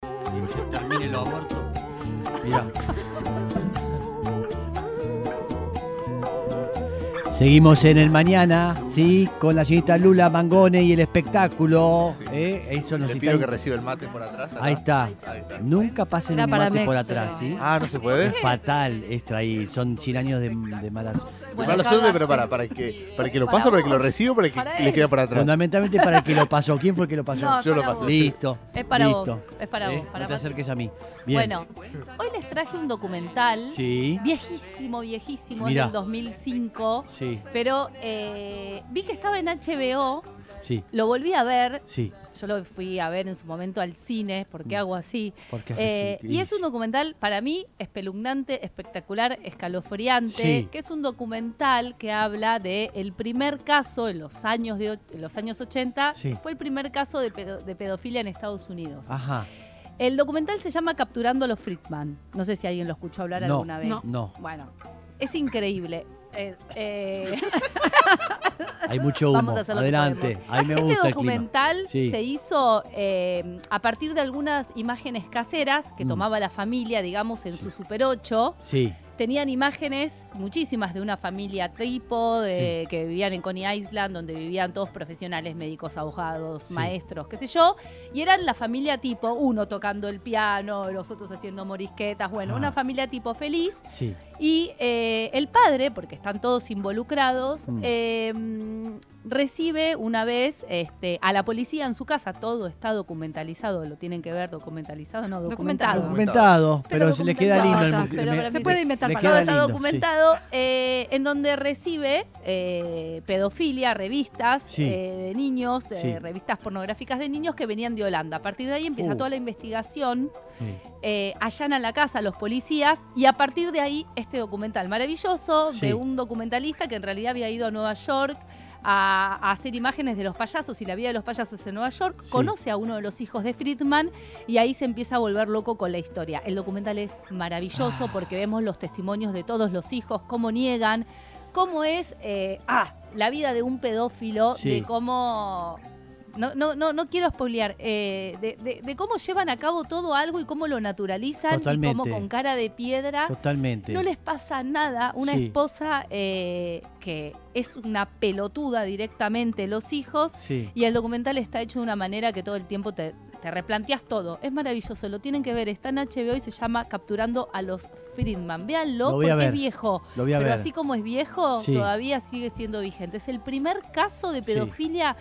cuando se termine lo aborto. Mirá. Seguimos en el mañana, ¿sí? Con la señorita Lula Mangone y el espectáculo. Sí. ¿eh? Eso nos Le está- pido que reciba el mate por atrás. acá. Ahí está. Ahí está. Nunca pasen Era un para mate por Mex, atrás, ¿sí? pero- Ah, ¿no se puede? Es fatal extra ahí. Son 100 años de, de malas. Bueno, para la suerte, cagaste. pero para, para que, para que lo Para pase, para que vos. lo reciba, para que Para le él. queda para atrás. Fundamentalmente para el que lo pasó. ¿Quién fue el que lo pasó? No, es Yo lo para pasé. vos. Listo. Es para listo. vos, es para ¿Eh? vos, para no te vos. acerques a mí. Bien. Bueno, hoy les traje un documental Sí, viejísimo, viejísimo, Mirá. del 2005, sí, pero eh, vi que estaba en HBO, sí, lo volví a ver, sí. yo lo fui a ver en su momento al cine, porque Mm. hago así, Porque eh, y es un documental para mí espeluznante, espectacular, escalofriante, Sí. que es un documental que habla de el primer caso en los años de och- en los años 80, Sí. Ah. fue el primer caso de, pedo- de pedofilia en Estados Unidos. Ajá, El documental se llama Capturando a los Friedman. No sé si alguien lo escuchó hablar No. alguna vez. No. no. Bueno, es increíble. Eh, eh, Hay mucho humo. Vamos a hacer lo que Adelante. Ahí me este gusta el clima. documental Sí. se hizo eh, a partir de algunas imágenes caseras que Mm. tomaba la familia, digamos, en Sí. su Super 8. Sí, Tenían imágenes, muchísimas, de una familia tipo, de, que vivían en Coney Island, donde vivían todos profesionales, médicos, abogados, Sí. maestros, qué sé yo. Y eran la familia tipo, uno tocando el piano, los otros haciendo morisquetas, bueno, Ah. una familia tipo feliz. sí. Y eh, el padre, porque están todos involucrados, Mm. eh, mm, recibe una vez este, a la policía en su casa. Todo está documentalizado, lo tienen que ver documentalizado, no documentado. Documentado. Documentado, pero, se le queda lindo el documentado está, pero para me- Se mí puede inventar le Todo queda palabras. está lindo, sí. documentado, eh, en donde recibe eh, pedofilia, revistas Sí. eh, de niños, eh, Sí. revistas pornográficas de niños que venían de Holanda. A partir de ahí empieza Uh. toda la investigación Sí. eh, allanan la casa a los policías y a partir de ahí este documental maravilloso Sí. de un documentalista que en realidad había ido a Nueva York a, a hacer imágenes de los payasos y la vida de los payasos en Nueva York, Sí. conoce a uno de los hijos de Friedman y ahí se empieza a volver loco con la historia. El documental es maravilloso Ah. porque vemos los testimonios de todos los hijos, cómo niegan, cómo es eh, ah, la vida de un pedófilo, Sí. de cómo no, no, no, no quiero spoilear. eh, de, de- de cómo llevan a cabo todo algo y cómo lo naturalizan y Totalmente. cómo con cara de piedra Totalmente. no les pasa nada. Una Sí. esposa eh, que es una pelotuda directamente, los hijos. Sí. Y el documental está hecho de una manera que todo el tiempo te, te replanteas todo. Es maravilloso, lo tienen que ver. Está en HBO y se llama Capturando a los Friedman. Véanlo Lo voy porque a es ver, viejo. Lo voy a Pero ver. así como es viejo, Sí. todavía sigue siendo vigente. Es el primer caso de pedofilia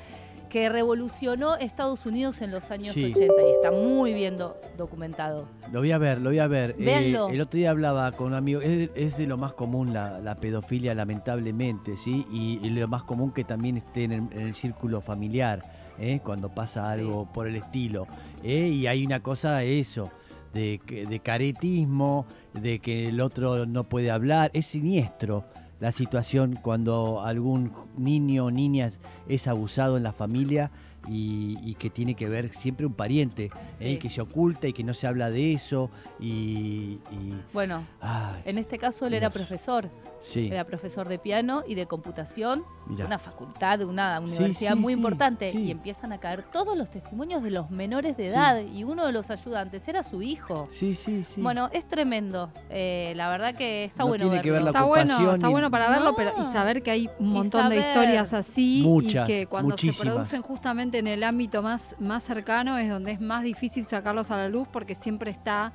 que revolucionó Estados Unidos en los años Sí. 80 y está muy bien do- documentado. Lo voy a ver, lo voy a ver. Eh, Véanlo. el otro día hablaba con un amigo, es, es de lo más común la, la pedofilia, lamentablemente, ¿sí? Y, y lo más común que también esté en el, en el círculo familiar, ¿eh? cuando pasa Sí. algo por el estilo. ¿eh? Y hay una cosa de eso, de, que- de caretismo, de que el otro no puede hablar. Es siniestro la situación cuando algún niño o niña es abusado en la familia y- y que tiene que ver siempre un pariente ¿eh? Sí. que se oculta y que no se habla de eso y, y- Bueno, ay, en este caso él era Dios. profesor, sí, era profesor de piano y de computación, mirá. una facultad, de una Sí, universidad sí, muy sí, importante sí. y empiezan a caer todos los testimonios de los menores de Sí. edad y uno de los ayudantes era su hijo. sí, sí, sí. Bueno, es tremendo. Eh, la verdad que está No bueno tiene que ver verlo. la Está bueno, ocupación está y- bueno para verlo, pero y No. saber que hay un Ah, Y montón de saber. historias así Muchas, y que cuando se muchísimas. producen justamente en el ámbito más, más cercano es donde es más difícil sacarlos a la luz porque siempre está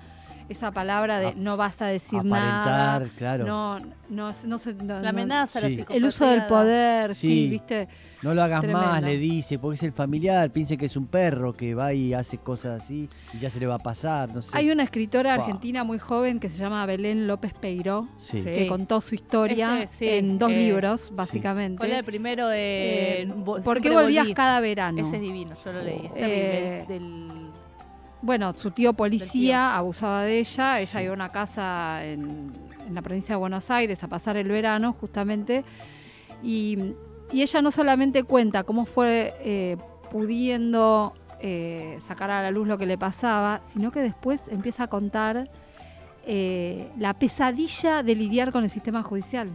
esa palabra de A- no vas a decir Aparentar, nada. claro. No, No, no, no, se- no- La no- amenaza, la Sí. el uso del psicopatía. poder, sí, Sí. viste. lo hagas más, Tremendo. le dice, porque es el familiar, piense que es un perro que va y hace cosas así y ya se le va a pasar, no sé. Hay una escritora Fua. argentina muy joven que se llama Belén López Peiró, Sí. Sí. que contó su historia Este, sí, en dos eh, libros, básicamente. ¿Cuál era el primero de Eh, Vo- ¿Por qué Siempre volvías volví? cada verano? Ese es divino, yo lo leí. Es terrible. Eh, el- del- Bueno, su tío policía abusaba de ella, ella iba a una casa en, en la provincia de Buenos Aires a pasar el verano justamente, y, y ella no solamente cuenta cómo fue eh, pudiendo eh, sacar a la luz lo que le pasaba, sino que después empieza a contar eh, la pesadilla de lidiar con el sistema judicial.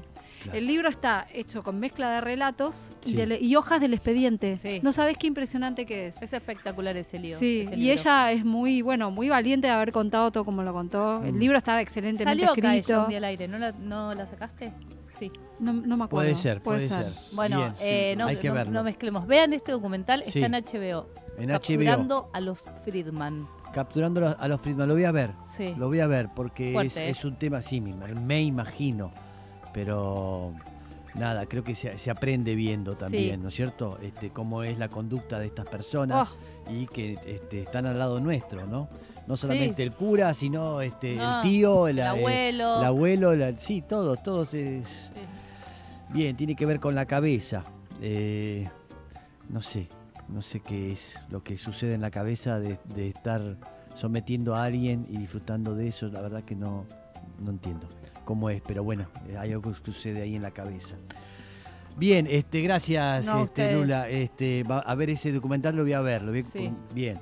Claro. El libro está hecho con mezcla de relatos y, Sí. de le- y hojas del expediente. Sí. No sabés qué impresionante que es. Es espectacular ese libro. Sí, ese y libro. ella es muy, bueno, muy valiente de haber contado todo como lo contó. El Mm. libro está excelentemente Salió acá ella escrito. un día al aire, ¿no la, no la sacaste? Sí. No, no me acuerdo. Puede ser, puede, ser. Bueno, Bien, sí. eh, no, hay que no- verlo. no mezclemos. Vean este documental, Sí. está en HBO. en HBO, Capturando a los Friedman. capturando a los Friedman, lo voy a ver, Sí. lo voy a ver porque Fuerte, es, ¿eh? es un tema sí, me, me imagino, pero nada, creo que se, se aprende viendo también, Sí. ¿no es cierto? Este, cómo es la conducta de estas personas Oh, y que este, están al lado nuestro, ¿no? No solamente el cura, sino este, No, el tío, el, el eh, abuelo. el abuelo, la- sí, todos, todos es, Sí. Bien, tiene que ver con la cabeza. Eh, no sé, no sé qué es lo que sucede en la cabeza de, de estar sometiendo a alguien y disfrutando de eso. La verdad que no, no entiendo cómo es, pero bueno, eh, hay algo que sucede ahí en la cabeza. Bien, este, gracias, No, a este, ustedes. Lula. Este, va- a ver ese documental, lo voy a ver. Lo voy a- Sí. Bien.